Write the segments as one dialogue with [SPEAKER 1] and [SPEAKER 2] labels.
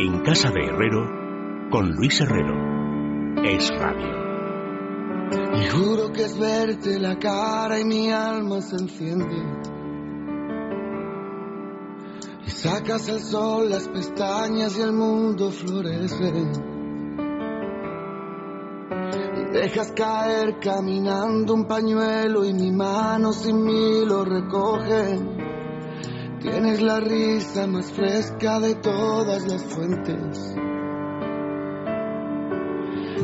[SPEAKER 1] En Casa de Herrero, con Luis Herrero. Es Radio.
[SPEAKER 2] Y juro que es verte la cara y mi alma se enciende. Y sacas el sol, las pestañas y el mundo florece. Y dejas caer caminando un pañuelo y mi mano sin mí lo recoge. Tienes la risa más fresca de todas las fuentes.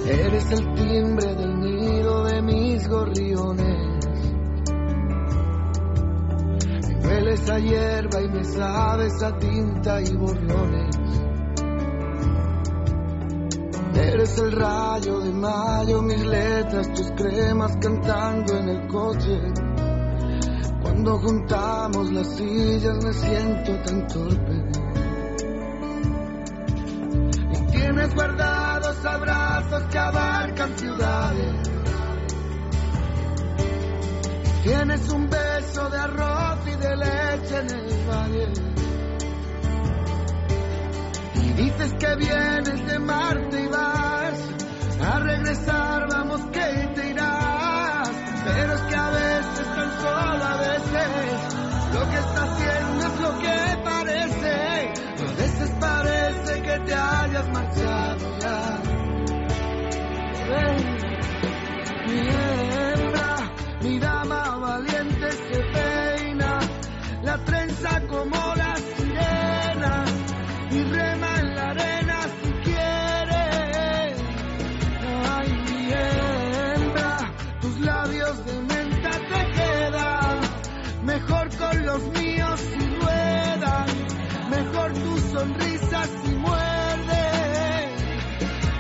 [SPEAKER 2] Eres el timbre del nido de mis gorriones. Me hueles a hierba y me sabes a tinta y borrones. Eres el rayo de mayo, mis letras, tus cremas cantando en el coche. Cuando juntamos las sillas me siento tan torpe. Tienes guardados abrazos que abarcan ciudades. Tienes un beso de arroz y de leche en el valle. Y dices que vienes de Marte y vas a regresar, vamos que te irás. Pero es que a veces, tan solo a veces, lo que está haciendo es lo que parece. A veces parece que te hayas marchado ya. Ven, mi hembra, mi dama valiente se peina, la trenza como la sirena y rema en la arena si quieres. Ay, mi hembra, tus labios de menta te quedan, mejor con los míos si ruedan, mejor tu sonrisa si muerde.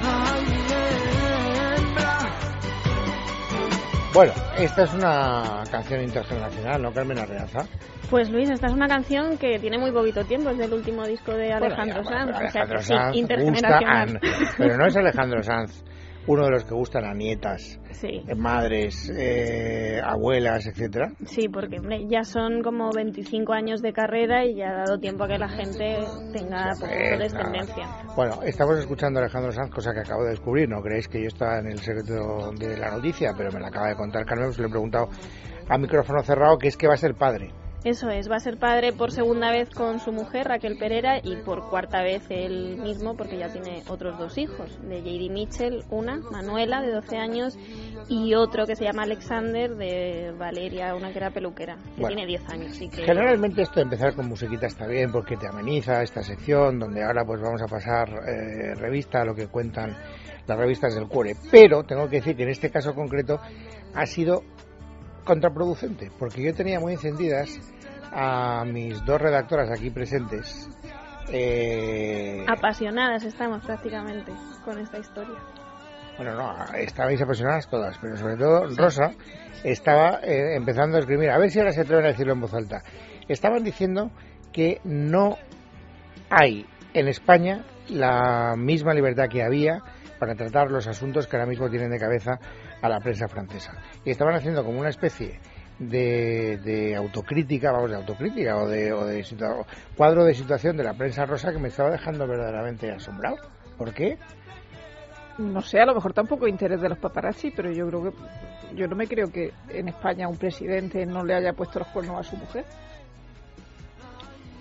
[SPEAKER 2] Ay, mi hembra.
[SPEAKER 3] Bueno, esta es una canción intergeneracional, ¿no, Carmen Arreaza?
[SPEAKER 4] Pues Luis, esta es una canción que tiene muy poquito tiempo, es del último disco de Alejandro
[SPEAKER 3] Bueno, ya,
[SPEAKER 4] Sanz,
[SPEAKER 3] bueno,
[SPEAKER 4] o sea que
[SPEAKER 3] Alejandro
[SPEAKER 4] sí,
[SPEAKER 3] Sanz gusta a-
[SPEAKER 4] intergeneracional.
[SPEAKER 3] pero no es Alejandro Sanz uno de los que gustan a nietas,
[SPEAKER 4] sí.
[SPEAKER 3] eh, madres, eh, abuelas, etcétera.
[SPEAKER 4] Sí, porque hombre, ya son como 25 años de carrera y ya ha dado tiempo a que la gente tenga pues,
[SPEAKER 3] Venga.
[SPEAKER 4] descendencia.
[SPEAKER 3] Eh, Bueno, estamos escuchando a Alejandro Sanz, cosa que acabo de descubrir. No creéis que yo estaba en el secreto de la noticia, pero me la acaba de contar Carmen, pues le he preguntado a micrófono cerrado que es que va a ser padre.
[SPEAKER 4] Eso es, va a ser padre por segunda vez con su mujer Raquel Pereira y por cuarta vez él mismo porque ya tiene otros dos hijos, de JD Mitchell, una, Manuela de 12 años y otro que se llama Alexander de Valeria, una que era peluquera, que
[SPEAKER 3] Bueno.
[SPEAKER 4] tiene 10 años. Así que...
[SPEAKER 3] Generalmente esto de empezar con musiquita está bien porque te ameniza esta sección donde ahora pues vamos a pasar eh, revista a lo que cuentan las revistas del cuore. Pero tengo que decir que en este caso concreto ha sido contraproducente porque yo tenía muy encendidas a mis dos redactoras aquí presentes. eh,
[SPEAKER 4] Apasionadas estamos prácticamente con esta historia.
[SPEAKER 3] Bueno, no, estabais apasionadas todas, pero sobre todo Rosa estaba eh, empezando a escribir. A ver si ahora se atreven a decirlo en voz alta. Estaban diciendo que no hay en España la misma libertad que había para tratar los asuntos que ahora mismo tienen de cabeza a la prensa francesa. Y estaban haciendo como una especie de, de autocrítica, vamos, de autocrítica o de, o de situa- cuadro de situación de la prensa rosa que me estaba dejando verdaderamente asombrado. ¿Por qué?
[SPEAKER 5] No sé, a lo mejor tampoco hay interés de los paparazzi, pero yo creo que. Yo no me creo que en España un presidente no le haya puesto los cuernos a su mujer.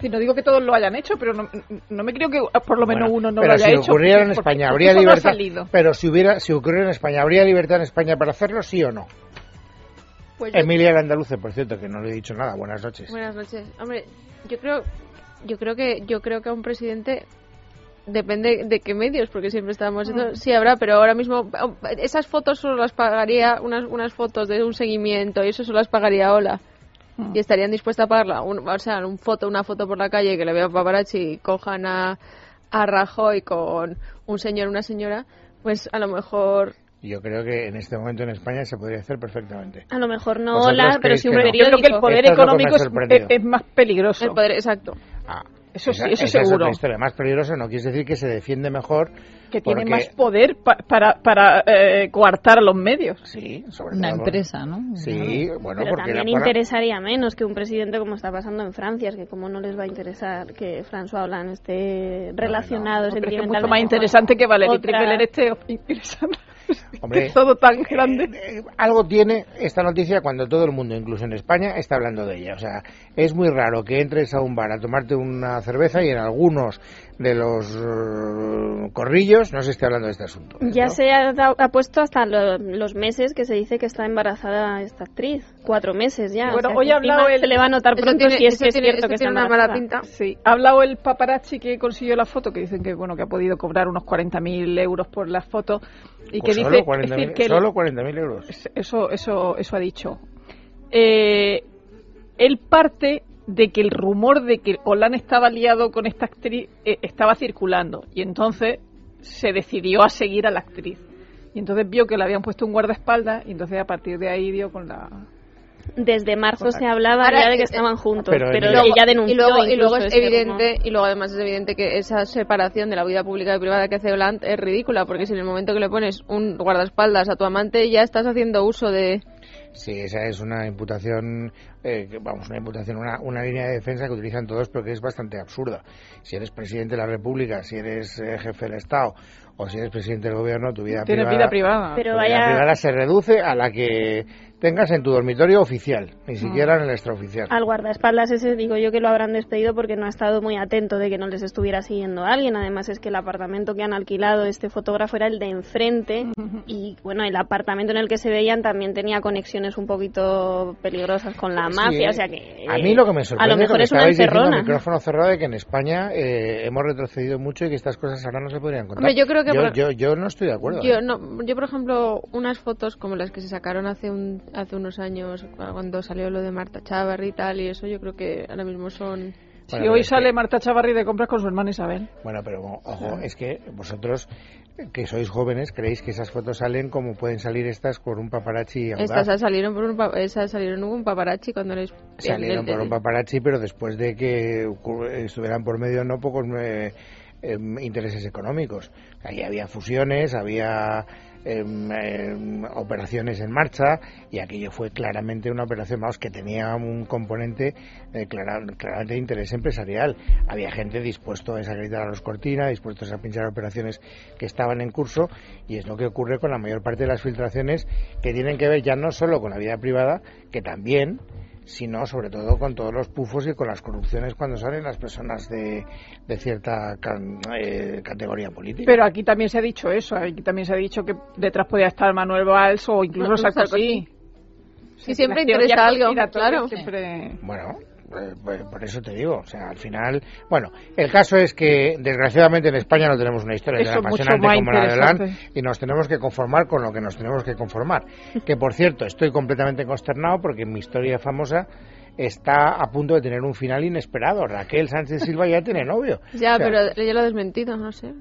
[SPEAKER 5] Si no digo que todos lo hayan hecho, pero no, no me creo que por lo menos
[SPEAKER 3] Bueno,
[SPEAKER 5] uno no
[SPEAKER 3] pero
[SPEAKER 5] lo haya
[SPEAKER 3] si
[SPEAKER 5] hecho.
[SPEAKER 3] ocurriera en
[SPEAKER 5] porque-
[SPEAKER 3] España,
[SPEAKER 5] porque
[SPEAKER 3] habría
[SPEAKER 5] eso no ha
[SPEAKER 3] libertad.
[SPEAKER 5] salido.
[SPEAKER 3] Pero si hubiera, si ocurriera en España, habría libertad en España para hacerlo, sí o no.
[SPEAKER 6] Pues yo-
[SPEAKER 3] Emilia Landaluce, por cierto, que no le he dicho nada. Buenas noches.
[SPEAKER 6] Buenas noches. Hombre, yo creo, yo creo que, yo creo que a un presidente depende de qué medios, porque siempre estábamos
[SPEAKER 4] Mm.
[SPEAKER 6] diciendo, sí habrá, pero ahora mismo oh, esas fotos solo las pagaría unas, unas fotos de un seguimiento y eso solo las pagaría Ola. Y estarían dispuestas a pagarla, un- o sea, un foto, una foto por la calle que le vea paparazzi y cojan a, a Rajoy con un señor, una señora, pues a lo mejor
[SPEAKER 3] Yo creo que en este momento en España se podría hacer perfectamente.
[SPEAKER 4] A lo mejor no
[SPEAKER 3] ¿Vosotros
[SPEAKER 4] hola, pero
[SPEAKER 3] creéis
[SPEAKER 4] sí un
[SPEAKER 3] que no?
[SPEAKER 5] Yo creo que el
[SPEAKER 4] periódico.
[SPEAKER 5] poder
[SPEAKER 3] Esto es lo que me ha
[SPEAKER 5] económico es,
[SPEAKER 3] sorprendido.
[SPEAKER 5] es- es más peligroso.
[SPEAKER 6] el poder, exacto.
[SPEAKER 3] Ah,
[SPEAKER 5] Eso sí,
[SPEAKER 3] esa
[SPEAKER 5] eso
[SPEAKER 3] Es
[SPEAKER 5] seguro.
[SPEAKER 3] otra historia más peligrosa no quiere decir que se defiende mejor.
[SPEAKER 5] Que tiene
[SPEAKER 3] porque-
[SPEAKER 5] más poder pa- para, para eh, coartar a los medios.
[SPEAKER 3] Sí, sobre
[SPEAKER 7] Una
[SPEAKER 3] todo-
[SPEAKER 7] empresa, ¿no?
[SPEAKER 3] Sí, bueno,
[SPEAKER 4] Pero
[SPEAKER 3] porque
[SPEAKER 4] también
[SPEAKER 3] la- para-
[SPEAKER 4] interesaría menos que un presidente como está pasando en Francia, es que como no les va a interesar que François Hollande esté relacionado
[SPEAKER 5] Pero es que es
[SPEAKER 4] sentimentalmente
[SPEAKER 5] mucho más
[SPEAKER 4] con
[SPEAKER 5] interesante este, que Valerie
[SPEAKER 4] otra-
[SPEAKER 5] Trippeler esté interesante.
[SPEAKER 3] Hombre.
[SPEAKER 5] que es todo tan grande.
[SPEAKER 3] Eh, algo tiene esta noticia cuando todo el mundo, incluso en España, está hablando de ella. O sea, es muy raro que entres a un bar a tomarte una cerveza y en algunos de los eh, corrillos no se esté hablando de este asunto.
[SPEAKER 4] Ya
[SPEAKER 3] ¿no?
[SPEAKER 4] se ha, dado- ha puesto hasta lo- los meses que se dice que está embarazada esta actriz. Cuatro meses ya.
[SPEAKER 5] Bueno,
[SPEAKER 4] o sea,
[SPEAKER 5] hoy
[SPEAKER 4] que
[SPEAKER 5] ha hablado
[SPEAKER 4] encima
[SPEAKER 5] el-
[SPEAKER 4] Se le va a notar
[SPEAKER 6] Eso
[SPEAKER 4] pronto
[SPEAKER 6] tiene-
[SPEAKER 4] si es
[SPEAKER 6] eso
[SPEAKER 4] que es
[SPEAKER 6] tiene-
[SPEAKER 4] cierto
[SPEAKER 6] eso
[SPEAKER 4] que está
[SPEAKER 6] tiene una mala
[SPEAKER 4] embarazada.
[SPEAKER 6] pinta.
[SPEAKER 5] Sí, ha hablado el paparazzi que consiguió la foto, que dicen que bueno que ha podido cobrar unos 40.000 euros por la foto y
[SPEAKER 3] Pues
[SPEAKER 5] que
[SPEAKER 3] solo
[SPEAKER 5] dice
[SPEAKER 3] 40.000
[SPEAKER 5] es decir, que el-
[SPEAKER 3] solo 40.000 euros.
[SPEAKER 5] eso eso eso ha dicho. Eh, él parte de que el rumor de que Olan estaba liado con esta actriz eh, estaba circulando y entonces se decidió a seguir a la actriz. Y entonces vio que le habían puesto un guardaespaldas y entonces a partir de ahí dio con la
[SPEAKER 4] Desde marzo se hablaba
[SPEAKER 6] Ahora,
[SPEAKER 4] ya de que
[SPEAKER 6] eh,
[SPEAKER 4] estaban juntos,
[SPEAKER 3] pero
[SPEAKER 4] pero,
[SPEAKER 3] en- Y luego-
[SPEAKER 4] ella denunció.
[SPEAKER 6] y luego, y luego
[SPEAKER 4] incluso
[SPEAKER 6] es
[SPEAKER 4] ese rumor.
[SPEAKER 6] evidente y luego además es evidente que esa separación de la vida pública y privada que hace Hollande es ridícula porque si en el momento que le pones un guardaespaldas a tu amante ya estás haciendo uso de
[SPEAKER 3] Sí, esa es una imputación, eh, que, vamos, una imputación, una, una línea de defensa que utilizan todos, pero que es bastante absurda. Si eres presidente de la República, si eres eh, jefe del Estado o si eres presidente del gobierno, tu vida
[SPEAKER 5] tiene
[SPEAKER 3] privada,
[SPEAKER 5] vida privada.
[SPEAKER 4] Pero
[SPEAKER 3] tu vida
[SPEAKER 4] vaya-
[SPEAKER 3] privada se reduce a la que tengas en tu dormitorio oficial, ni siquiera en el extraoficial.
[SPEAKER 4] Al guardaespaldas ese digo yo que lo habrán despedido porque no ha estado muy atento de que no les estuviera siguiendo alguien. Además es que el apartamento que han alquilado este fotógrafo era el de enfrente y bueno, el apartamento en el que se veían también tenía conexiones un poquito peligrosas con la
[SPEAKER 3] Sí,
[SPEAKER 4] mafia,
[SPEAKER 3] eh.
[SPEAKER 4] o sea que
[SPEAKER 3] a mí lo que me sorprende
[SPEAKER 4] a lo mejor
[SPEAKER 3] que
[SPEAKER 4] es una
[SPEAKER 3] estabais diciendo al
[SPEAKER 4] encerrona.
[SPEAKER 3] micrófono cerrado de que en España eh, hemos retrocedido mucho y que estas cosas ahora no se podrían contar.
[SPEAKER 6] Hombre, yo creo que
[SPEAKER 3] yo,
[SPEAKER 6] por-
[SPEAKER 3] yo- yo no estoy de acuerdo.
[SPEAKER 6] Yo,
[SPEAKER 3] ¿eh?
[SPEAKER 6] no, yo, por ejemplo, unas fotos como las que se sacaron hace un, hace unos años cuando salió lo de Marta Chávarri y tal, y eso yo creo que ahora mismo son...
[SPEAKER 5] Si
[SPEAKER 3] Bueno, pero
[SPEAKER 5] hoy
[SPEAKER 3] es que-
[SPEAKER 5] sale Marta Chavarri de compras con su hermana Isabel.
[SPEAKER 3] Bueno, pero ojo, es que vosotros eh, que sois jóvenes creéis que esas fotos salen como pueden salir estas por un paparazzi audaz.
[SPEAKER 6] Estas salieron por un, pa- esas salieron un paparazzi cuando les...
[SPEAKER 3] salieron
[SPEAKER 6] el- el-
[SPEAKER 3] por un paparazzi, pero después de que ocur- estuvieran por medio no pocos eh, em, intereses económicos. Ahí había fusiones, había em, em, operaciones en marcha y aquello fue claramente una operación, vamos, que tenía un componente eh, clara- claramente de interés empresarial. Había gente dispuesto a desacreditar a los Cortina, dispuestos a pinchar operaciones que estaban en curso y es lo que ocurre con la mayor parte de las filtraciones que tienen que ver ya no solo con la vida privada, que también, sino sobre todo con todos los pufos y con las corrupciones cuando salen las personas de, de cierta can- eh, categoría política.
[SPEAKER 5] Pero aquí también se ha dicho eso, aquí también se ha dicho que detrás podía estar Manuel Valls o incluso
[SPEAKER 6] No,
[SPEAKER 5] Sarkozy.
[SPEAKER 6] Sarkozy.
[SPEAKER 5] Sí,
[SPEAKER 6] siempre
[SPEAKER 5] las teorías
[SPEAKER 6] interesa algo,
[SPEAKER 5] conspiratorias
[SPEAKER 6] claro.
[SPEAKER 5] siempre-
[SPEAKER 3] Bueno, eh, pues por eso te digo, o sea, al final, bueno, el caso es que desgraciadamente en España no tenemos una historia tan
[SPEAKER 5] Eso mucho
[SPEAKER 3] apasionante
[SPEAKER 5] más
[SPEAKER 3] como la de Hollande
[SPEAKER 5] interesante.
[SPEAKER 3] y nos tenemos que conformar con lo que nos tenemos que conformar. Que por cierto, estoy completamente consternado porque mi historia famosa está a punto de tener un final inesperado. Raquel Sánchez Silva ya tiene novio.
[SPEAKER 6] Ya,
[SPEAKER 3] O sea,
[SPEAKER 6] pero yo lo he desmentido, no sé.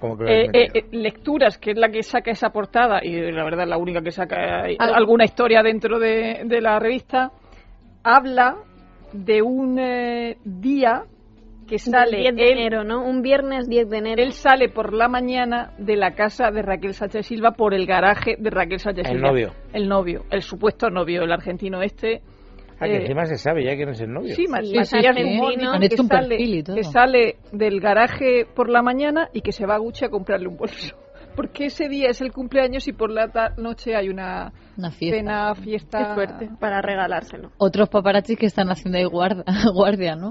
[SPEAKER 3] como que lo
[SPEAKER 5] Eh,
[SPEAKER 3] has
[SPEAKER 5] eh,
[SPEAKER 3] metido.
[SPEAKER 5] eh, lecturas, que es la que saca esa portada, y la verdad es la única que saca eh,
[SPEAKER 6] Al-
[SPEAKER 5] alguna historia dentro de, de la revista, habla de un eh, día que sale
[SPEAKER 4] 10 de
[SPEAKER 5] él-
[SPEAKER 4] enero, ¿no? Un viernes 10 de enero.
[SPEAKER 5] Él sale por la mañana de la casa de Raquel Sánchez Silva por el garaje de Raquel Sánchez
[SPEAKER 3] El
[SPEAKER 5] Silva.
[SPEAKER 3] novio.
[SPEAKER 5] El novio, el supuesto novio, el argentino este.
[SPEAKER 3] Ah, que
[SPEAKER 5] eh,
[SPEAKER 3] encima se sabe ya quién es el novio.
[SPEAKER 5] Sí, ma-
[SPEAKER 4] Sí,
[SPEAKER 5] Matías
[SPEAKER 4] argentino.
[SPEAKER 5] Dumont,
[SPEAKER 4] Han
[SPEAKER 7] hecho
[SPEAKER 5] que
[SPEAKER 7] un
[SPEAKER 5] sale,
[SPEAKER 7] perfil y todo.
[SPEAKER 5] que sale del garaje por la mañana y que se va a Gucci a comprarle un bolso. Porque ese día es el cumpleaños y por la ta- noche hay una
[SPEAKER 7] Una fiesta.
[SPEAKER 5] cena, fiesta.
[SPEAKER 6] Qué fuerte.
[SPEAKER 4] para regalárselo.
[SPEAKER 7] Otros paparazzis que están haciendo ahí guarda- guardia, ¿no?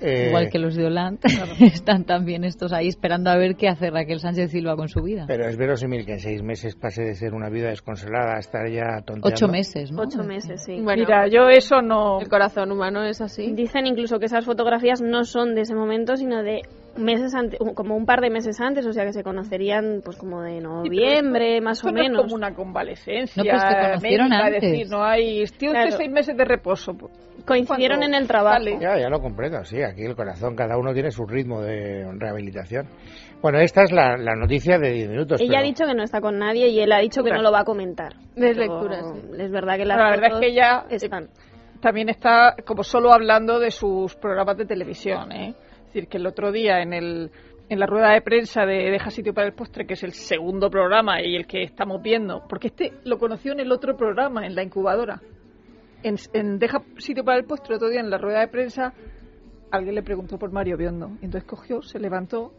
[SPEAKER 3] Eh,
[SPEAKER 7] Igual que los de Hollande, están también estos ahí esperando a ver qué hace Raquel Sánchez Silva con su vida.
[SPEAKER 3] Pero es verosímil que en seis meses pase de ser una vida desconsolada a estar ya tonteando.
[SPEAKER 7] Ocho meses, ¿no?
[SPEAKER 4] Ocho meses, sí.
[SPEAKER 6] Bueno,
[SPEAKER 5] Mira, yo eso no.
[SPEAKER 6] el corazón humano es así.
[SPEAKER 4] Dicen incluso que esas fotografías no son de ese momento, sino de meses antes, como un par de meses antes, o sea que se conocerían pues como de noviembre, más
[SPEAKER 5] Eso
[SPEAKER 4] o
[SPEAKER 5] no es
[SPEAKER 4] menos.
[SPEAKER 5] como una convalescencia.
[SPEAKER 7] No, pero se conocieron
[SPEAKER 5] médica,
[SPEAKER 7] antes.
[SPEAKER 5] decir, no hay. Tiene usted
[SPEAKER 4] Claro.
[SPEAKER 5] seis meses de reposo.
[SPEAKER 4] Coincidieron en el trabajo.
[SPEAKER 5] Vale.
[SPEAKER 3] Ya, ya lo comprendo, sí, aquí el corazón, cada uno tiene su ritmo de rehabilitación. Bueno, esta es la, la noticia de 10 minutos.
[SPEAKER 4] Ella
[SPEAKER 3] pero-
[SPEAKER 4] ha dicho que no está con nadie y él ha dicho que no lo va a comentar.
[SPEAKER 6] De
[SPEAKER 4] Pero
[SPEAKER 6] lecturas, sí.
[SPEAKER 4] Es verdad que las
[SPEAKER 5] La verdad es
[SPEAKER 4] fotos
[SPEAKER 5] que ella-
[SPEAKER 4] están.
[SPEAKER 5] también está como solo hablando de sus programas de televisión, ¿eh? decir, que el otro día en el en la rueda de prensa de Deja sitio para el postre, que es el segundo programa y el que estamos viendo, porque este lo conoció en el otro programa, en la incubadora. En, en Deja sitio para el postre, otro día en la rueda de prensa, alguien le preguntó por Mario Biondo. Y entonces cogió, se levantó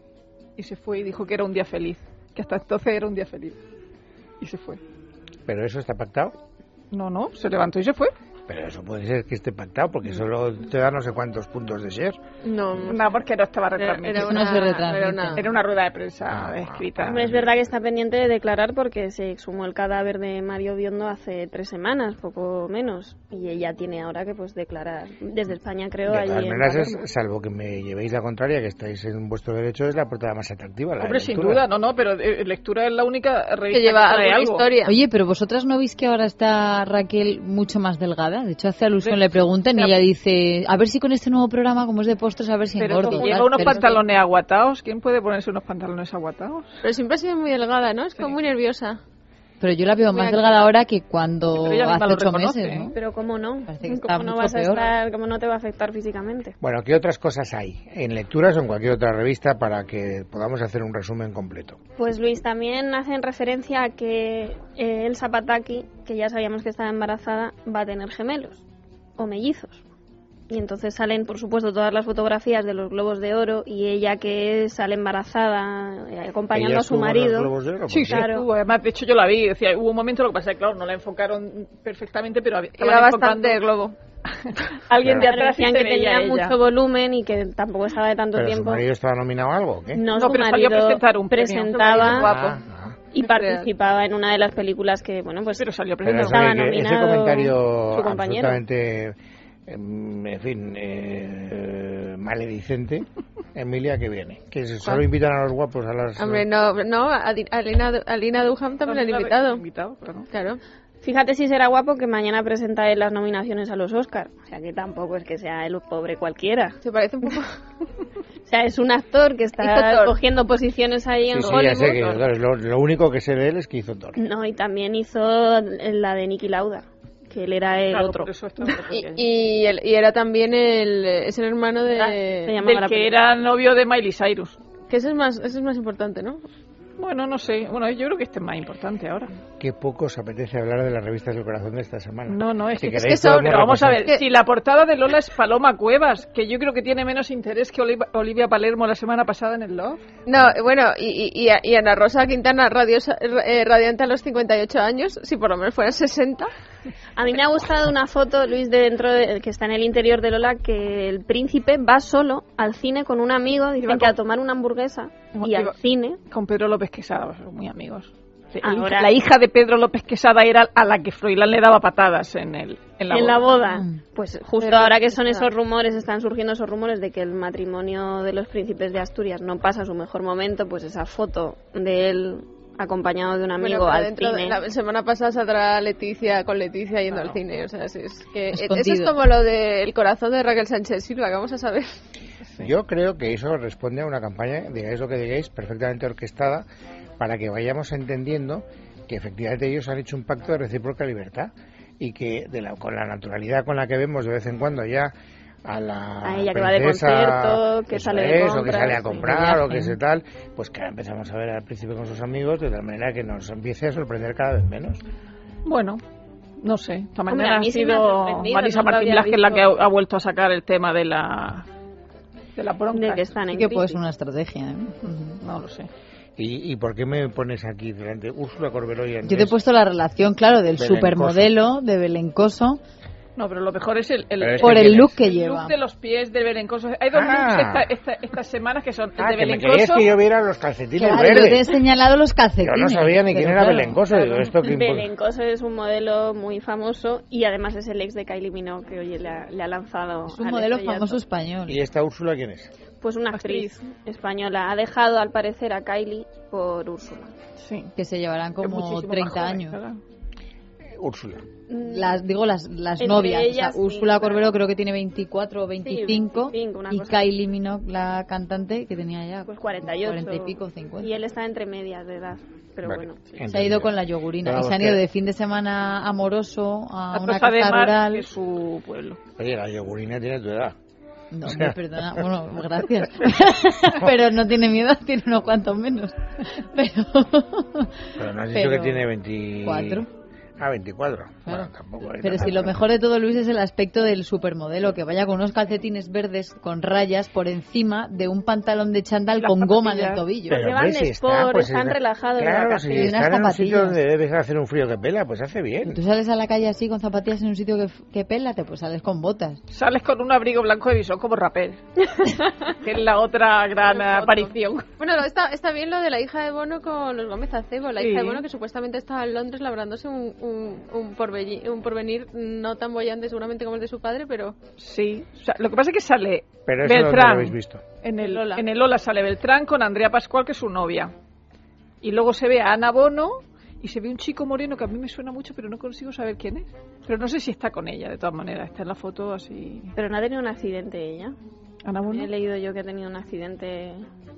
[SPEAKER 5] y se fue y dijo que era un día feliz, que hasta entonces era un día feliz. Y se fue.
[SPEAKER 3] Pero eso está pactado.
[SPEAKER 5] No, no, se levantó y se fue.
[SPEAKER 3] Pero eso puede ser que esté pactado, porque solo te da no sé cuántos puntos de share.
[SPEAKER 6] No,
[SPEAKER 5] No, porque no estaba
[SPEAKER 6] era,
[SPEAKER 5] retransmitido.
[SPEAKER 6] era
[SPEAKER 5] Era,
[SPEAKER 7] No
[SPEAKER 6] una,
[SPEAKER 7] se retransmite.
[SPEAKER 6] era una-
[SPEAKER 5] una rueda de prensa escrita.
[SPEAKER 4] Hombre, es verdad que está pendiente de declarar porque se exhumó el cadáver de Mario Biondo hace tres semanas, poco menos, y ella tiene ahora que pues declarar desde España, creo,
[SPEAKER 3] De
[SPEAKER 4] allí
[SPEAKER 3] todas
[SPEAKER 4] en
[SPEAKER 3] maneras, es-
[SPEAKER 4] Palermo.
[SPEAKER 3] salvo que me llevéis la contraria, que estáis en vuestro derecho, es la portada más atractiva. La de
[SPEAKER 5] Hombre, sin
[SPEAKER 3] lectura.
[SPEAKER 5] duda, no, no, pero eh, lectura es la única revista
[SPEAKER 6] que lleva
[SPEAKER 5] trae
[SPEAKER 6] alguna
[SPEAKER 5] algo.
[SPEAKER 6] historia.
[SPEAKER 7] Oye, pero vosotras no veis que ahora está Raquel mucho más delgada. De hecho, hace alusión, le preguntan y ella dice, a ver si con este nuevo programa, como es de postres, a ver si
[SPEAKER 5] Pero
[SPEAKER 7] engordo.
[SPEAKER 5] como
[SPEAKER 7] tal.
[SPEAKER 5] lleva unos
[SPEAKER 7] Pero-
[SPEAKER 5] pantalones aguatados. ¿Quién puede ponerse unos pantalones aguatados?
[SPEAKER 6] Pero siempre ha sido muy delgada, ¿no? Es como muy nerviosa.
[SPEAKER 7] Pero yo la veo
[SPEAKER 6] Muy
[SPEAKER 7] más
[SPEAKER 6] activa.
[SPEAKER 7] delgada ahora que cuando
[SPEAKER 5] Pero ella misma
[SPEAKER 7] hace
[SPEAKER 5] lo
[SPEAKER 7] ocho
[SPEAKER 5] reconoce,
[SPEAKER 7] meses,
[SPEAKER 5] ¿eh?
[SPEAKER 7] ¿no?
[SPEAKER 4] Pero cómo no,
[SPEAKER 7] Parece que está
[SPEAKER 4] cómo no
[SPEAKER 7] mucho
[SPEAKER 4] vas a
[SPEAKER 7] peor.
[SPEAKER 4] estar, cómo no te va a afectar físicamente.
[SPEAKER 3] Bueno, ¿qué otras cosas hay en lecturas o en cualquier otra revista para que podamos hacer un resumen completo?
[SPEAKER 4] Pues Luis, también hacen referencia a que eh, Elsa Pataki, que ya sabíamos que estaba embarazada, va a tener gemelos o mellizos. Y entonces salen, por supuesto, todas las fotografías de los globos de oro y ella que sale embarazada eh, acompañando
[SPEAKER 3] ¿Ella
[SPEAKER 4] a su
[SPEAKER 3] estuvo en los
[SPEAKER 4] marido.
[SPEAKER 3] Globos de Oro? ¿Por
[SPEAKER 5] Sí,
[SPEAKER 3] qué?
[SPEAKER 5] sí,
[SPEAKER 4] Claro.
[SPEAKER 5] estuvo. Además, de hecho, yo la vi. Decía, hubo un momento, lo que pasa es que, claro, no la enfocaron perfectamente, pero había-
[SPEAKER 6] Era
[SPEAKER 5] estaban
[SPEAKER 6] bastante de
[SPEAKER 5] enfocando
[SPEAKER 6] globo.
[SPEAKER 5] alguien de
[SPEAKER 4] Claro,
[SPEAKER 5] atrás y
[SPEAKER 4] decían
[SPEAKER 5] se
[SPEAKER 4] que
[SPEAKER 5] veía
[SPEAKER 4] tenía
[SPEAKER 5] ella.
[SPEAKER 4] mucho volumen y que tampoco estaba de tanto
[SPEAKER 3] ¿Pero su
[SPEAKER 4] tiempo.
[SPEAKER 3] marido estaba nominado a algo o qué?
[SPEAKER 4] No,
[SPEAKER 5] No,
[SPEAKER 4] su
[SPEAKER 5] pero salió a
[SPEAKER 4] marido
[SPEAKER 5] presentar un premio. Su
[SPEAKER 4] presentaba
[SPEAKER 5] marido
[SPEAKER 3] Ah, ah.
[SPEAKER 4] y participaba en una de las películas que, bueno, pues
[SPEAKER 5] Pero salió
[SPEAKER 3] Pero
[SPEAKER 5] primero.
[SPEAKER 3] eso de
[SPEAKER 4] estaba
[SPEAKER 3] que ese
[SPEAKER 4] nominado
[SPEAKER 3] comentario
[SPEAKER 4] su compañero.
[SPEAKER 3] absolutamente, em, en fin, eh, maledicente, Emilia, que viene. Que
[SPEAKER 4] Ah.
[SPEAKER 3] solo invitan a los guapos a las...
[SPEAKER 6] Hombre, no, no a, Di- a Lina, a Lina Duham también la han invitado.
[SPEAKER 5] claro.
[SPEAKER 6] Claro.
[SPEAKER 4] Fíjate si será guapo que mañana presenta él las nominaciones a los Oscars. O sea que tampoco es que sea el pobre cualquiera.
[SPEAKER 6] Se parece un poco.
[SPEAKER 4] O sea, es un actor que
[SPEAKER 6] Hijo
[SPEAKER 4] está
[SPEAKER 6] Thor.
[SPEAKER 4] cogiendo posiciones ahí
[SPEAKER 3] Sí,
[SPEAKER 4] en
[SPEAKER 3] sí, ya
[SPEAKER 4] Hollywood.
[SPEAKER 3] sé que claro, es lo, lo único que sé de él es que hizo Thor.
[SPEAKER 4] No, y también hizo la de Niki Lauda, que él era el
[SPEAKER 5] Claro, pues,
[SPEAKER 4] otro.
[SPEAKER 5] por eso estaba
[SPEAKER 6] Y,
[SPEAKER 5] porque-
[SPEAKER 6] y, el- y era también el. Es el hermano
[SPEAKER 4] Ah, se
[SPEAKER 6] de.
[SPEAKER 4] llama-
[SPEAKER 5] Del que era novio de Miley Cyrus.
[SPEAKER 6] Que ese es más, ese es más importante, ¿no?
[SPEAKER 5] Bueno, no sé. Bueno, yo creo que este es más importante ahora.
[SPEAKER 3] Qué poco os apetece hablar de las revistas del corazón de esta semana.
[SPEAKER 5] No, no, es
[SPEAKER 3] Si
[SPEAKER 5] que,
[SPEAKER 3] queréis,
[SPEAKER 6] es que son-
[SPEAKER 3] podemos
[SPEAKER 5] Pero vamos a
[SPEAKER 3] repasar.
[SPEAKER 5] ver, si la portada de Lola es Paloma Cuevas, que yo creo que tiene menos interés que Oliva- Olivia Palermo la semana pasada en el Love.
[SPEAKER 6] No, eh, bueno, y, y, y a- y Ana Rosa Quintana radiosa- eh, radiante a los 58 años, si por lo menos fueran 60.
[SPEAKER 4] A mí me ha gustado una foto, Luis, de dentro de- que está en el interior de Lola, que el príncipe va solo al cine con un amigo, dicen
[SPEAKER 5] Iba
[SPEAKER 4] que
[SPEAKER 5] con-
[SPEAKER 4] a tomar una hamburguesa y
[SPEAKER 5] Iba-
[SPEAKER 4] al cine.
[SPEAKER 5] Con Pedro López Quesada, pues, son muy amigos. El hija-
[SPEAKER 4] Ahora-
[SPEAKER 5] La hija de Pedro López Quesada era a la que Froilán le daba patadas en, el, en la
[SPEAKER 4] en la
[SPEAKER 5] boda.
[SPEAKER 4] boda.
[SPEAKER 7] Mm.
[SPEAKER 4] Pues justo
[SPEAKER 6] Pero-
[SPEAKER 4] ahora que son
[SPEAKER 6] Claro.
[SPEAKER 4] esos rumores, están surgiendo esos rumores de que el matrimonio de los príncipes de Asturias no pasa su mejor momento, pues esa foto de él acompañado de un amigo
[SPEAKER 6] Bueno, pero
[SPEAKER 4] al
[SPEAKER 6] dentro de-
[SPEAKER 4] cine.
[SPEAKER 6] la semana pasada saldrá Leticia con Leticia yendo al cine. O sea, es, es que e-, eso es
[SPEAKER 7] Escondido.
[SPEAKER 6] como lo del corazón de Raquel Sánchez Silva, que vamos a saber.
[SPEAKER 3] Yo creo que eso responde a una campaña, digáis lo que digáis, perfectamente orquestada, para que vayamos entendiendo que efectivamente ellos han hecho un pacto de recíproca libertad y que de la- con la naturalidad con la que vemos de vez en cuando ya a la
[SPEAKER 4] A ella que va de concierto, que
[SPEAKER 3] eso
[SPEAKER 4] sale de
[SPEAKER 3] es, o que
[SPEAKER 4] compras,
[SPEAKER 3] sale a
[SPEAKER 4] sí.
[SPEAKER 3] comprar o que
[SPEAKER 7] Viaje.
[SPEAKER 3] se tal, pues que ahora empezamos a ver al príncipe con sus amigos de tal manera que nos empiece a sorprender cada vez menos.
[SPEAKER 5] Bueno, no sé. Esta
[SPEAKER 4] Hombre,
[SPEAKER 5] mañana
[SPEAKER 4] a mí
[SPEAKER 5] ha
[SPEAKER 4] sí me ha
[SPEAKER 5] sido
[SPEAKER 4] sorprendido, no
[SPEAKER 5] Marisa
[SPEAKER 4] lo
[SPEAKER 5] Martín
[SPEAKER 4] había
[SPEAKER 5] Blas, que es la que ha,
[SPEAKER 4] visto.
[SPEAKER 5] ha vuelto a sacar el tema de la, de la bronca. Mm,
[SPEAKER 4] de que están
[SPEAKER 7] Sí
[SPEAKER 4] en
[SPEAKER 7] que puede
[SPEAKER 4] crisis.
[SPEAKER 7] ser una estrategia. ¿eh?
[SPEAKER 5] No lo sé.
[SPEAKER 3] ¿Y, y por qué me pones aquí delante Úrsula Corberó y
[SPEAKER 7] Yo te he
[SPEAKER 3] Andrés?
[SPEAKER 7] puesto la relación, claro, del
[SPEAKER 3] Belencoso.
[SPEAKER 7] supermodelo de Belencoso
[SPEAKER 5] No, pero lo mejor es el, el-
[SPEAKER 3] Pero es
[SPEAKER 7] por
[SPEAKER 3] que
[SPEAKER 7] el
[SPEAKER 3] quién
[SPEAKER 7] look
[SPEAKER 3] es?
[SPEAKER 7] que
[SPEAKER 5] el
[SPEAKER 7] lleva.
[SPEAKER 5] look de los pies de Belencoso. Hay dos
[SPEAKER 3] Ah.
[SPEAKER 5] looks esta- esta- estas semanas que son el
[SPEAKER 3] Ah,
[SPEAKER 5] de
[SPEAKER 3] que me creías
[SPEAKER 5] Belencoso.
[SPEAKER 3] que yo viera los calcetines
[SPEAKER 7] Claro, yo
[SPEAKER 3] verdes.
[SPEAKER 7] te he señalado los
[SPEAKER 3] Yo
[SPEAKER 7] calcetines.
[SPEAKER 3] no sabía ni quién
[SPEAKER 7] pero
[SPEAKER 3] era
[SPEAKER 7] claro.
[SPEAKER 3] Belencoso. digo, esto que impor-
[SPEAKER 4] Belencoso es un modelo muy famoso y además es el ex de Kylie Minogue que oye, le, ha, le ha lanzado.
[SPEAKER 7] Es un
[SPEAKER 4] al
[SPEAKER 7] modelo
[SPEAKER 4] estrellato.
[SPEAKER 7] famoso español.
[SPEAKER 3] ¿Y esta Úrsula quién es?
[SPEAKER 4] Pues una actriz española. Ha dejado al parecer a Kylie por Úrsula.
[SPEAKER 5] Sí.
[SPEAKER 7] que se llevarán
[SPEAKER 5] que es
[SPEAKER 7] como
[SPEAKER 5] muchísimo más
[SPEAKER 7] 30
[SPEAKER 5] joven,
[SPEAKER 7] años.
[SPEAKER 5] ¿verdad?
[SPEAKER 3] Eh, Úrsula.
[SPEAKER 7] Las, digo las, las
[SPEAKER 4] Entre
[SPEAKER 7] novias. o sea,
[SPEAKER 4] ellas, sí,
[SPEAKER 7] Úrsula
[SPEAKER 4] claro.
[SPEAKER 7] Corbero creo que tiene 24 o 25.
[SPEAKER 4] 25, una
[SPEAKER 7] y
[SPEAKER 4] cosa
[SPEAKER 7] Kylie Minogue, la cantante, que tenía ya
[SPEAKER 4] Pues 48.
[SPEAKER 7] 40 y pico, 50.
[SPEAKER 4] Y él está entre medias de edad. Pero
[SPEAKER 3] Vale,
[SPEAKER 4] bueno.
[SPEAKER 7] Se ha ido
[SPEAKER 3] entendido.
[SPEAKER 7] con la yogurina.
[SPEAKER 3] Pero
[SPEAKER 7] y se
[SPEAKER 3] vamos,
[SPEAKER 7] han ido
[SPEAKER 3] que-
[SPEAKER 7] de fin de semana amoroso a
[SPEAKER 5] La
[SPEAKER 7] una
[SPEAKER 5] Tosa
[SPEAKER 7] casa
[SPEAKER 5] de Mar
[SPEAKER 7] rural.
[SPEAKER 5] de su pueblo.
[SPEAKER 3] Oye, la yogurina tiene tu edad.
[SPEAKER 7] No, hombre, perdona. Bueno, gracias. pero no tiene mi edad, tiene unos cuantos menos. Pero.
[SPEAKER 3] Pero no has dicho
[SPEAKER 7] Pero-
[SPEAKER 3] que tiene 20...
[SPEAKER 7] Cuatro.
[SPEAKER 3] Ah, 24. Bueno,
[SPEAKER 7] Claro.
[SPEAKER 3] tampoco es
[SPEAKER 7] Pero
[SPEAKER 3] nada.
[SPEAKER 7] si lo mejor de todo, Luis, es el aspecto del supermodelo, que vaya con unos calcetines verdes con rayas por encima de un pantalón de chándal
[SPEAKER 5] Las
[SPEAKER 7] con goma en el
[SPEAKER 5] zapatillas.
[SPEAKER 7] tobillo.
[SPEAKER 3] Pero,
[SPEAKER 4] Llevan
[SPEAKER 3] hombre, si
[SPEAKER 4] sport,
[SPEAKER 3] está, pues,
[SPEAKER 4] están
[SPEAKER 3] está-
[SPEAKER 4] relajados de
[SPEAKER 3] Claro, si
[SPEAKER 4] vacaciones.
[SPEAKER 7] Y unas
[SPEAKER 3] están en un sitio
[SPEAKER 7] zapatillas.
[SPEAKER 3] donde debes hacer un frío que pela, pues hace bien.
[SPEAKER 7] Tú sales a la calle así con zapatillas en un sitio que, que pélate, pues sales con botas.
[SPEAKER 5] Sales con un abrigo blanco de visón como rapel. que es la otra gran
[SPEAKER 6] Otra foto.
[SPEAKER 5] aparición.
[SPEAKER 6] Bueno, lo- está, está bien lo de la hija de Bono con los Gómez Acebo. La
[SPEAKER 5] Sí.
[SPEAKER 6] hija de Bono que supuestamente estaba en Londres labrándose un, un, un, porvelli- un porvenir no tan bollante seguramente como el de su padre, pero
[SPEAKER 5] Sí. O sea, lo que pasa es que sale
[SPEAKER 3] Pero eso no lo
[SPEAKER 5] Beltrán.
[SPEAKER 3] habéis visto.
[SPEAKER 5] en, el,
[SPEAKER 6] Lola.
[SPEAKER 5] en el Lola sale Beltrán con Andrea Pascual, que es su novia. Y luego se ve a Ana Bono y se ve un chico moreno que a mí me suena mucho, pero no consigo saber quién es. Pero no sé si está con ella, de todas maneras. Está en la foto así.
[SPEAKER 4] Pero no ha tenido un accidente ella.
[SPEAKER 5] Ana Bono.
[SPEAKER 4] He leído yo que ha tenido un accidente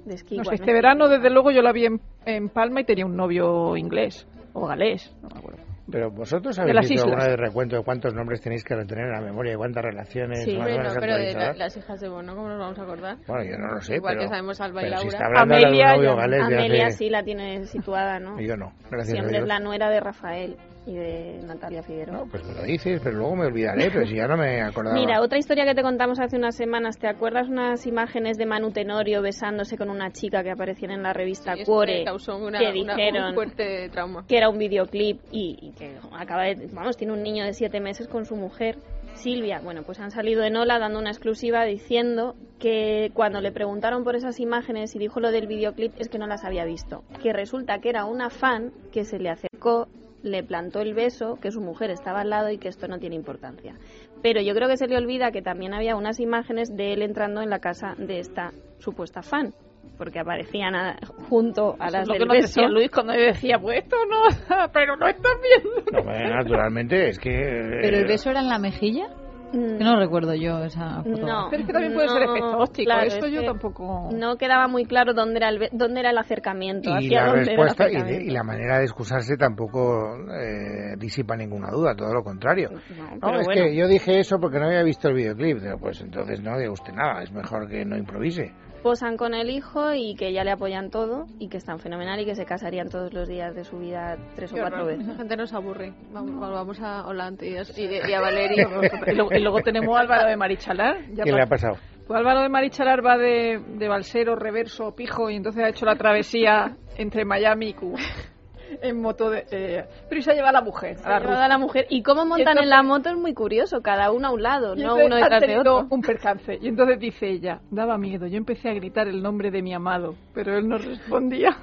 [SPEAKER 4] de esquí.
[SPEAKER 5] No
[SPEAKER 4] igual,
[SPEAKER 5] sé, este verano, desde luego, yo la vi en, en Palma y tenía un novio inglés o galés, no me acuerdo.
[SPEAKER 3] Pero vosotros
[SPEAKER 5] De
[SPEAKER 3] habéis
[SPEAKER 5] las
[SPEAKER 3] visto
[SPEAKER 5] islas.
[SPEAKER 3] alguna de recuento de cuántos nombres tenéis que retener en la memoria y cuántas relaciones
[SPEAKER 4] Sí.
[SPEAKER 3] más o
[SPEAKER 6] Hombre,
[SPEAKER 3] menos
[SPEAKER 6] no, pero de la-
[SPEAKER 3] actualizadas.
[SPEAKER 6] las hijas de Bono, ¿cómo nos vamos a acordar?
[SPEAKER 3] Bueno, yo no lo sé,
[SPEAKER 6] Igual
[SPEAKER 3] pero,
[SPEAKER 6] que sabemos Alba y
[SPEAKER 3] pero si
[SPEAKER 6] Laura.
[SPEAKER 3] está hablando ahora de un
[SPEAKER 5] Amelia,
[SPEAKER 3] novio
[SPEAKER 5] yo-
[SPEAKER 3] galés de
[SPEAKER 4] Amelia
[SPEAKER 3] hace-
[SPEAKER 4] sí la tiene situada, ¿no?
[SPEAKER 3] Yo no, gracias a
[SPEAKER 4] Siempre
[SPEAKER 3] Dios.
[SPEAKER 4] es la nuera de Rafael y de Natalia Figueroa.
[SPEAKER 3] No, pues me lo dices, pero luego me olvidaré, pero si ya no me acordaba.
[SPEAKER 4] Mira, otra historia que te contamos hace unas semanas, ¿te acuerdas unas imágenes de Manu Tenorio besándose con una chica que aparecían en la revista
[SPEAKER 6] Y esto
[SPEAKER 4] Cuore?
[SPEAKER 6] le Este causó una,
[SPEAKER 4] que
[SPEAKER 6] una-
[SPEAKER 4] dijeron
[SPEAKER 6] un fuerte trauma.
[SPEAKER 4] que era un videoclip y, y que acaba de, vamos, tiene un niño de siete meses con su mujer, Silvia. Bueno, pues han salido en Ola dando una exclusiva diciendo que cuando le preguntaron por esas imágenes y dijo lo del videoclip es que no las había visto. Que resulta que era una fan que se le acercó, le plantó el beso, que su mujer estaba al lado y que esto no tiene importancia. Pero yo creo que se le olvida que también había unas imágenes de él entrando en la casa de esta supuesta fan. Porque aparecían a- junto a
[SPEAKER 5] Eso
[SPEAKER 4] las
[SPEAKER 5] es lo
[SPEAKER 4] del
[SPEAKER 5] que nos
[SPEAKER 4] beso.
[SPEAKER 5] decía Luis cuando me decía, pues esto no, pero no estás viendo.
[SPEAKER 3] No, pues, naturalmente, es que... eh,
[SPEAKER 7] ¿Pero el beso era en la mejilla?
[SPEAKER 4] Mm.
[SPEAKER 7] Que No recuerdo yo esa foto.
[SPEAKER 4] No.
[SPEAKER 5] Pero es que también puede ser
[SPEAKER 4] No,
[SPEAKER 5] efecto óptico,
[SPEAKER 4] claro,
[SPEAKER 5] eso
[SPEAKER 4] es
[SPEAKER 5] yo
[SPEAKER 4] que
[SPEAKER 5] tampoco...
[SPEAKER 4] No quedaba muy claro dónde era el, ve- dónde era el acercamiento.
[SPEAKER 3] y
[SPEAKER 4] hacia
[SPEAKER 3] la
[SPEAKER 4] dónde era el
[SPEAKER 3] respuesta y, de-
[SPEAKER 4] acercamiento.
[SPEAKER 3] y la manera de excusarse tampoco eh, disipa ninguna duda, todo lo contrario.
[SPEAKER 4] No,
[SPEAKER 3] No,
[SPEAKER 4] pero
[SPEAKER 3] es
[SPEAKER 4] bueno.
[SPEAKER 3] que yo dije eso porque no había visto el videoclip. Digo, pues entonces no diga usted nada, es mejor que no improvise.
[SPEAKER 4] Posan con el hijo y que ya le apoyan todo y que están fenomenal y que se casarían todos los días de su vida tres o
[SPEAKER 5] Qué
[SPEAKER 4] cuatro
[SPEAKER 5] horror.
[SPEAKER 4] veces.
[SPEAKER 6] Esa gente nos aburre. Vamos, vamos a Holanda y, a- y a Valeria.
[SPEAKER 5] Y luego, y luego tenemos a Álvaro de Marichalar. ya
[SPEAKER 3] ¿Qué le
[SPEAKER 5] pa-
[SPEAKER 3] ha pasado?
[SPEAKER 5] Pues Álvaro de Marichalar va de, de balsero, reverso, pijo, y entonces ha hecho la travesía entre Miami y Cuba. En moto de... eh, pero y se ha llevado a la mujer,
[SPEAKER 4] Se
[SPEAKER 5] a la
[SPEAKER 4] lleva a
[SPEAKER 5] rusa.
[SPEAKER 4] la mujer. Y cómo montan
[SPEAKER 5] entonces-
[SPEAKER 4] en la moto es muy curioso, cada uno a un lado,
[SPEAKER 5] Y
[SPEAKER 4] no
[SPEAKER 5] entonces
[SPEAKER 4] uno
[SPEAKER 5] han
[SPEAKER 4] detrás de
[SPEAKER 5] tenido
[SPEAKER 4] otro.
[SPEAKER 5] un percance. Y entonces dice ella, daba miedo. Yo empecé a gritar el nombre de mi amado, pero él no respondía.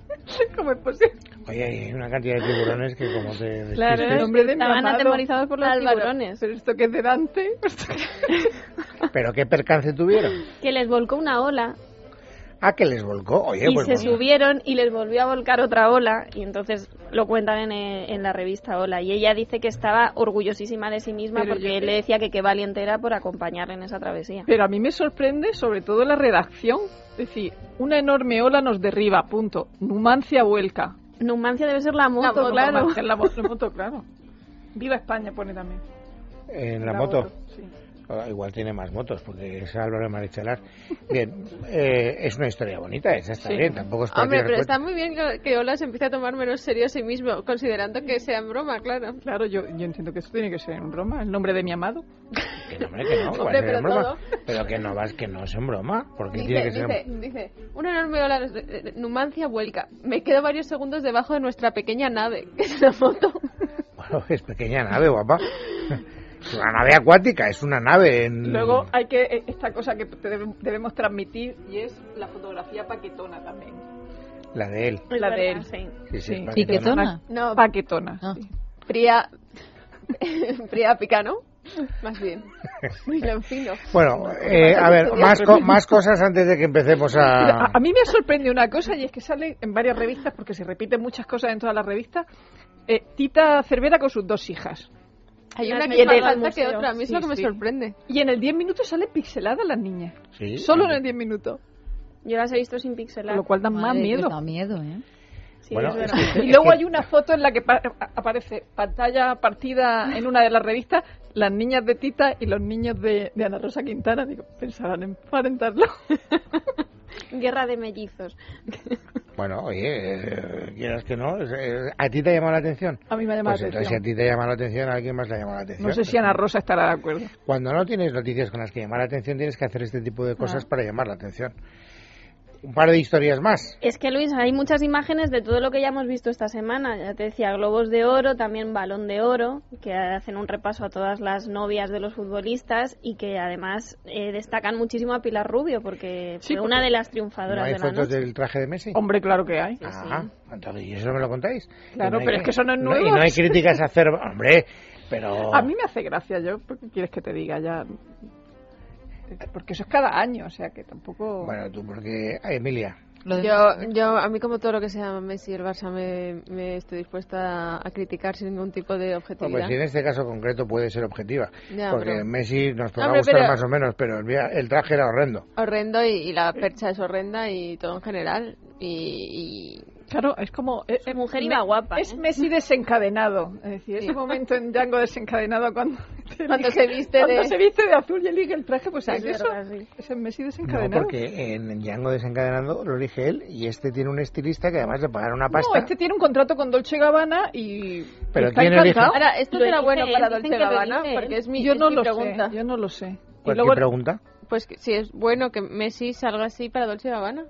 [SPEAKER 5] ¿Cómo es posible?
[SPEAKER 3] Oye, hay una cantidad de tiburones que como te despistes-
[SPEAKER 5] Claro, el nombre de mi
[SPEAKER 4] Estaban
[SPEAKER 5] amado.
[SPEAKER 4] atemorizados por los
[SPEAKER 6] Álvaro.
[SPEAKER 4] tiburones.
[SPEAKER 5] ¿Pero esto que es de Dante? ¿Esto qué-
[SPEAKER 3] Pero qué percance tuvieron.
[SPEAKER 4] Que les volcó una ola
[SPEAKER 3] Ah, que les volcó. Oye,
[SPEAKER 4] y
[SPEAKER 3] pues
[SPEAKER 4] se
[SPEAKER 3] bueno.
[SPEAKER 4] subieron y les volvió a volcar otra ola y entonces lo cuentan en, eh, en la revista Ola y ella dice que estaba orgullosísima de sí misma
[SPEAKER 5] Pero
[SPEAKER 4] porque
[SPEAKER 5] yo-
[SPEAKER 4] él le decía que qué valiente era por acompañarle en esa travesía.
[SPEAKER 5] Pero a mí me sorprende sobre todo la redacción. Es decir, una enorme ola nos derriba, punto. Numancia vuelca.
[SPEAKER 4] Numancia debe ser la moto,
[SPEAKER 5] Moto,
[SPEAKER 4] claro.
[SPEAKER 5] Numancia, la moto, la moto, claro. Viva España pone también.
[SPEAKER 3] En la, moto.
[SPEAKER 5] sí.
[SPEAKER 3] Ah, Igual tiene más motos, porque es Álvaro de Marichalar. Bien, eh, es una historia bonita, esa está
[SPEAKER 5] Sí.
[SPEAKER 3] bien, tampoco es para
[SPEAKER 6] Hombre,
[SPEAKER 3] tirar
[SPEAKER 6] pero está
[SPEAKER 3] cohetes.
[SPEAKER 6] muy bien que, que Ola se empiece a tomar menos serio a sí mismo, considerando que sea en broma, claro.
[SPEAKER 5] Claro, yo, yo entiendo que eso tiene que ser en broma. El nombre de mi amado.
[SPEAKER 3] Que no, hombre, que no,
[SPEAKER 6] Hombre,
[SPEAKER 3] va a ser
[SPEAKER 6] pero
[SPEAKER 3] en broma.
[SPEAKER 6] todo.
[SPEAKER 3] Pero que no, vas, que no es en broma, porque tiene que
[SPEAKER 6] Dice,
[SPEAKER 3] ser...
[SPEAKER 6] dice, dice, una enorme ola nos- de- de- Numancia vuelca. Me quedo varios segundos debajo de nuestra pequeña nave, que es la moto.
[SPEAKER 3] Bueno, es pequeña nave, guapa. Es una nave acuática, es una nave en...
[SPEAKER 5] Luego hay que eh, esta cosa que te deb- debemos transmitir y es la fotografía paquetona también.
[SPEAKER 3] La de él.
[SPEAKER 5] La de él.
[SPEAKER 4] Sí.
[SPEAKER 3] Sí, sí,
[SPEAKER 5] Sí.
[SPEAKER 3] es paquetona.
[SPEAKER 7] ¿Piquetona?
[SPEAKER 6] No,
[SPEAKER 5] Paquetona.
[SPEAKER 7] Ah.
[SPEAKER 5] sí.
[SPEAKER 6] fría. fría picano, más bien. Lo fino.
[SPEAKER 3] Bueno, eh, a ver, más, co- más cosas antes de que empecemos a...
[SPEAKER 5] Mira, A, a mí me ha sorprendido una cosa y es que sale en varias revistas, porque se repiten muchas cosas en todas las revistas. eh, Tita Cervera con sus dos hijas.
[SPEAKER 6] Hay
[SPEAKER 4] Las
[SPEAKER 6] una que es más
[SPEAKER 4] billeteras
[SPEAKER 6] alta
[SPEAKER 5] del
[SPEAKER 6] que
[SPEAKER 5] museo.
[SPEAKER 6] otra, a mí es
[SPEAKER 5] Sí,
[SPEAKER 6] lo que me
[SPEAKER 5] sí.
[SPEAKER 6] sorprende.
[SPEAKER 5] Y en el 10 minutos salen pixeladas las niñas.
[SPEAKER 3] Sí.
[SPEAKER 5] Solo en el 10 minutos.
[SPEAKER 4] Yo las he visto sin
[SPEAKER 5] Con
[SPEAKER 4] pixelar.
[SPEAKER 5] lo cual dan más
[SPEAKER 7] Madre, que
[SPEAKER 5] miedo.
[SPEAKER 7] Da miedo, ¿eh?
[SPEAKER 4] Sí,
[SPEAKER 3] Bueno,
[SPEAKER 4] es verdad.
[SPEAKER 3] es que-
[SPEAKER 5] Y luego
[SPEAKER 3] es que-
[SPEAKER 5] hay una foto en la que pa- a- aparece pantalla partida en una de las revistas las niñas de Tita y los niños de, de Ana Rosa Quintana. Digo, pensaban en parentarlo.
[SPEAKER 4] Guerra de mellizos.
[SPEAKER 3] Bueno, oye, eh, quieras que no, eh, ¿a ti te ha llamado la atención?
[SPEAKER 5] A mí me ha llamado
[SPEAKER 3] Pues
[SPEAKER 5] la
[SPEAKER 3] entonces, si a
[SPEAKER 5] atención.
[SPEAKER 3] ti te ha llamado la atención, a alguien más le ha llamado la atención.
[SPEAKER 5] No sé si Ana Rosa estará de acuerdo.
[SPEAKER 3] Cuando no tienes noticias con las que llamar la atención, tienes que hacer este tipo de
[SPEAKER 5] Ah.
[SPEAKER 3] cosas para llamar la atención. Un par de historias más.
[SPEAKER 4] Es que Luis, hay muchas imágenes de todo lo que ya hemos visto esta semana. Ya te decía, globos de oro, también balón de oro, que hacen un repaso a todas las novias de los futbolistas y que además eh, destacan muchísimo a Pilar Rubio porque
[SPEAKER 5] Sí,
[SPEAKER 4] fue
[SPEAKER 5] porque
[SPEAKER 4] una de las
[SPEAKER 3] ¿No
[SPEAKER 4] triunfadoras
[SPEAKER 3] hay
[SPEAKER 4] de la
[SPEAKER 3] fotos
[SPEAKER 4] noche.
[SPEAKER 3] del traje de Messi?
[SPEAKER 5] Hombre, claro que hay.
[SPEAKER 3] Ah, entonces, ¿y eso no me lo contáis? Y
[SPEAKER 5] Claro,
[SPEAKER 3] no hay-
[SPEAKER 5] pero es que eso no es
[SPEAKER 3] Y
[SPEAKER 5] nuevo.
[SPEAKER 3] no hay críticas a hacer... Hombre, pero...
[SPEAKER 5] A mí me hace gracia, yo, porque quieres que te diga ya. Porque eso es cada año, o sea que tampoco.
[SPEAKER 3] Bueno, tú, porque... Ay, Emilia.
[SPEAKER 7] Lo de-
[SPEAKER 6] Yo, yo, a mí como todo lo que sea Messi y el Barça me, me estoy dispuesta a criticar sin ningún tipo de
[SPEAKER 3] Bueno, pues
[SPEAKER 6] objetividad.
[SPEAKER 3] si en este caso concreto puede ser objetiva.
[SPEAKER 6] Ya,
[SPEAKER 3] porque
[SPEAKER 6] pero-
[SPEAKER 3] Messi nos podrá
[SPEAKER 6] Hombre,
[SPEAKER 3] gustar
[SPEAKER 6] pero-
[SPEAKER 3] más o menos, pero el, via- el traje era horrendo.
[SPEAKER 6] Horrendo y, y la percha es horrenda y todo en general. Y,
[SPEAKER 5] Claro, es como. Es, es-
[SPEAKER 4] mujer
[SPEAKER 5] me-
[SPEAKER 4] iba guapa,
[SPEAKER 5] Es
[SPEAKER 4] ¿eh?
[SPEAKER 5] Messi desencadenado. Es decir, ese momento en Django desencadenado cuando.
[SPEAKER 6] Cuando se viste
[SPEAKER 5] cuando
[SPEAKER 6] de-
[SPEAKER 5] se viste de azul y elige el traje, pues
[SPEAKER 6] Es
[SPEAKER 5] eso.
[SPEAKER 6] verdad, sí.
[SPEAKER 5] Es el Messi
[SPEAKER 3] No,
[SPEAKER 5] desencadenado.
[SPEAKER 3] porque en Django desencadenando lo elige él y este tiene un estilista que además le pagaron una
[SPEAKER 5] No,
[SPEAKER 3] pasta.
[SPEAKER 5] este tiene un contrato con Dolce Gabbana y.
[SPEAKER 3] Pero
[SPEAKER 5] está
[SPEAKER 3] tiene origen-
[SPEAKER 5] encantado.
[SPEAKER 6] Ahora, esto
[SPEAKER 4] Lo
[SPEAKER 6] será
[SPEAKER 4] elige
[SPEAKER 6] bueno
[SPEAKER 4] él,
[SPEAKER 6] para
[SPEAKER 4] dicen
[SPEAKER 6] Dolce
[SPEAKER 4] que lo
[SPEAKER 6] Gabbana,
[SPEAKER 4] elige él.
[SPEAKER 6] porque es mi,
[SPEAKER 5] Yo
[SPEAKER 6] es
[SPEAKER 5] no
[SPEAKER 6] mi
[SPEAKER 5] lo
[SPEAKER 6] pregunta.
[SPEAKER 5] sé. Yo no lo sé. Y
[SPEAKER 3] Pues,
[SPEAKER 5] luego,
[SPEAKER 3] ¿Qué pregunta?
[SPEAKER 6] Pues que si es bueno que Messi salga así para Dolce Gabbana.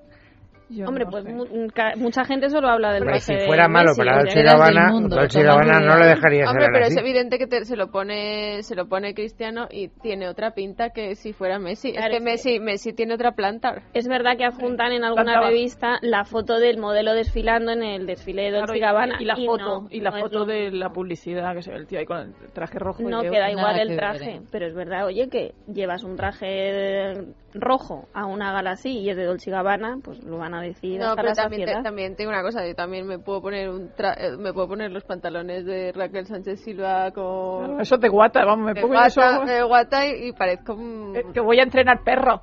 [SPEAKER 5] yo
[SPEAKER 4] Hombre,
[SPEAKER 5] no
[SPEAKER 4] pues
[SPEAKER 5] sé.
[SPEAKER 4] mu- ca- mucha gente solo habla del
[SPEAKER 3] Hombre,
[SPEAKER 4] traje
[SPEAKER 3] si
[SPEAKER 4] de
[SPEAKER 3] fuera malo
[SPEAKER 4] Messi,
[SPEAKER 3] para
[SPEAKER 4] porque
[SPEAKER 3] Dolce
[SPEAKER 7] eras del
[SPEAKER 3] Gabbana,
[SPEAKER 7] mundo,
[SPEAKER 3] Dolce
[SPEAKER 7] tomando
[SPEAKER 3] Gabbana no
[SPEAKER 7] ideas.
[SPEAKER 3] lo dejaría
[SPEAKER 6] Hombre,
[SPEAKER 3] ser
[SPEAKER 6] pero
[SPEAKER 3] así.
[SPEAKER 6] es evidente que te- se lo pone se lo pone Cristiano y tiene otra pinta que si fuera Messi.
[SPEAKER 4] Claro,
[SPEAKER 6] es
[SPEAKER 4] es que-
[SPEAKER 6] que Messi, Messi tiene otra planta.
[SPEAKER 4] Es verdad que adjuntan en alguna
[SPEAKER 5] Plantaba.
[SPEAKER 4] revista la foto del modelo desfilando en el desfile de Dolce
[SPEAKER 5] Claro,
[SPEAKER 4] y Gabbana.
[SPEAKER 5] y la foto,
[SPEAKER 4] no,
[SPEAKER 5] y la
[SPEAKER 4] no es
[SPEAKER 5] foto
[SPEAKER 4] lo-
[SPEAKER 5] de la publicidad que se ve el tío ahí con el traje rojo. y
[SPEAKER 4] No
[SPEAKER 5] veo-
[SPEAKER 4] queda
[SPEAKER 7] nada
[SPEAKER 4] igual
[SPEAKER 7] que
[SPEAKER 4] el
[SPEAKER 7] ver,
[SPEAKER 4] traje,
[SPEAKER 7] ¿eh?
[SPEAKER 4] pero es verdad, oye, que llevas un traje de- rojo a una gala así y es de Dolce y Gabbana, pues lo van a decir
[SPEAKER 6] No,
[SPEAKER 4] hasta
[SPEAKER 6] pero
[SPEAKER 4] la
[SPEAKER 6] también, te-
[SPEAKER 4] saciedad.
[SPEAKER 6] también tengo una cosa, yo también me puedo poner un tra- eh, me puedo poner los pantalones de Raquel Sánchez Silva con
[SPEAKER 5] Claro, Eso te guata, vamos, me
[SPEAKER 6] de
[SPEAKER 5] pongo yo eso.
[SPEAKER 6] guata, de guata y, y parezco un-
[SPEAKER 5] Eh, Que voy a entrenar perro.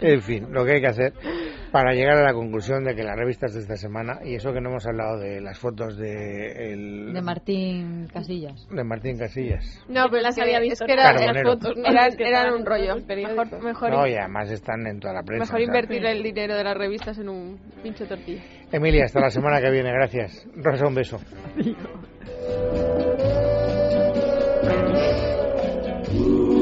[SPEAKER 3] En fin, lo que hay que hacer para llegar a la conclusión de que las revistas de esta semana, y eso que no hemos hablado de las fotos de, el-
[SPEAKER 7] de Martín Casillas.
[SPEAKER 3] de Martín Casillas.
[SPEAKER 6] No, pero
[SPEAKER 4] las
[SPEAKER 6] es que,
[SPEAKER 4] había
[SPEAKER 6] es
[SPEAKER 4] visto
[SPEAKER 6] que
[SPEAKER 4] en
[SPEAKER 6] eran,
[SPEAKER 3] Carbonero.
[SPEAKER 6] eran fotos, no,
[SPEAKER 4] Es
[SPEAKER 6] eran,
[SPEAKER 4] que
[SPEAKER 6] eran
[SPEAKER 4] estaban
[SPEAKER 6] un
[SPEAKER 4] en
[SPEAKER 6] rollo.
[SPEAKER 4] todos los periódicos.
[SPEAKER 6] Mejor, mejor,
[SPEAKER 3] No, y además están en toda la prensa.
[SPEAKER 6] mejor
[SPEAKER 3] o sea.
[SPEAKER 6] invertir el dinero de las revistas en un pincho tortilla.
[SPEAKER 3] Emilia, hasta la semana que viene, gracias. Rosa, un beso.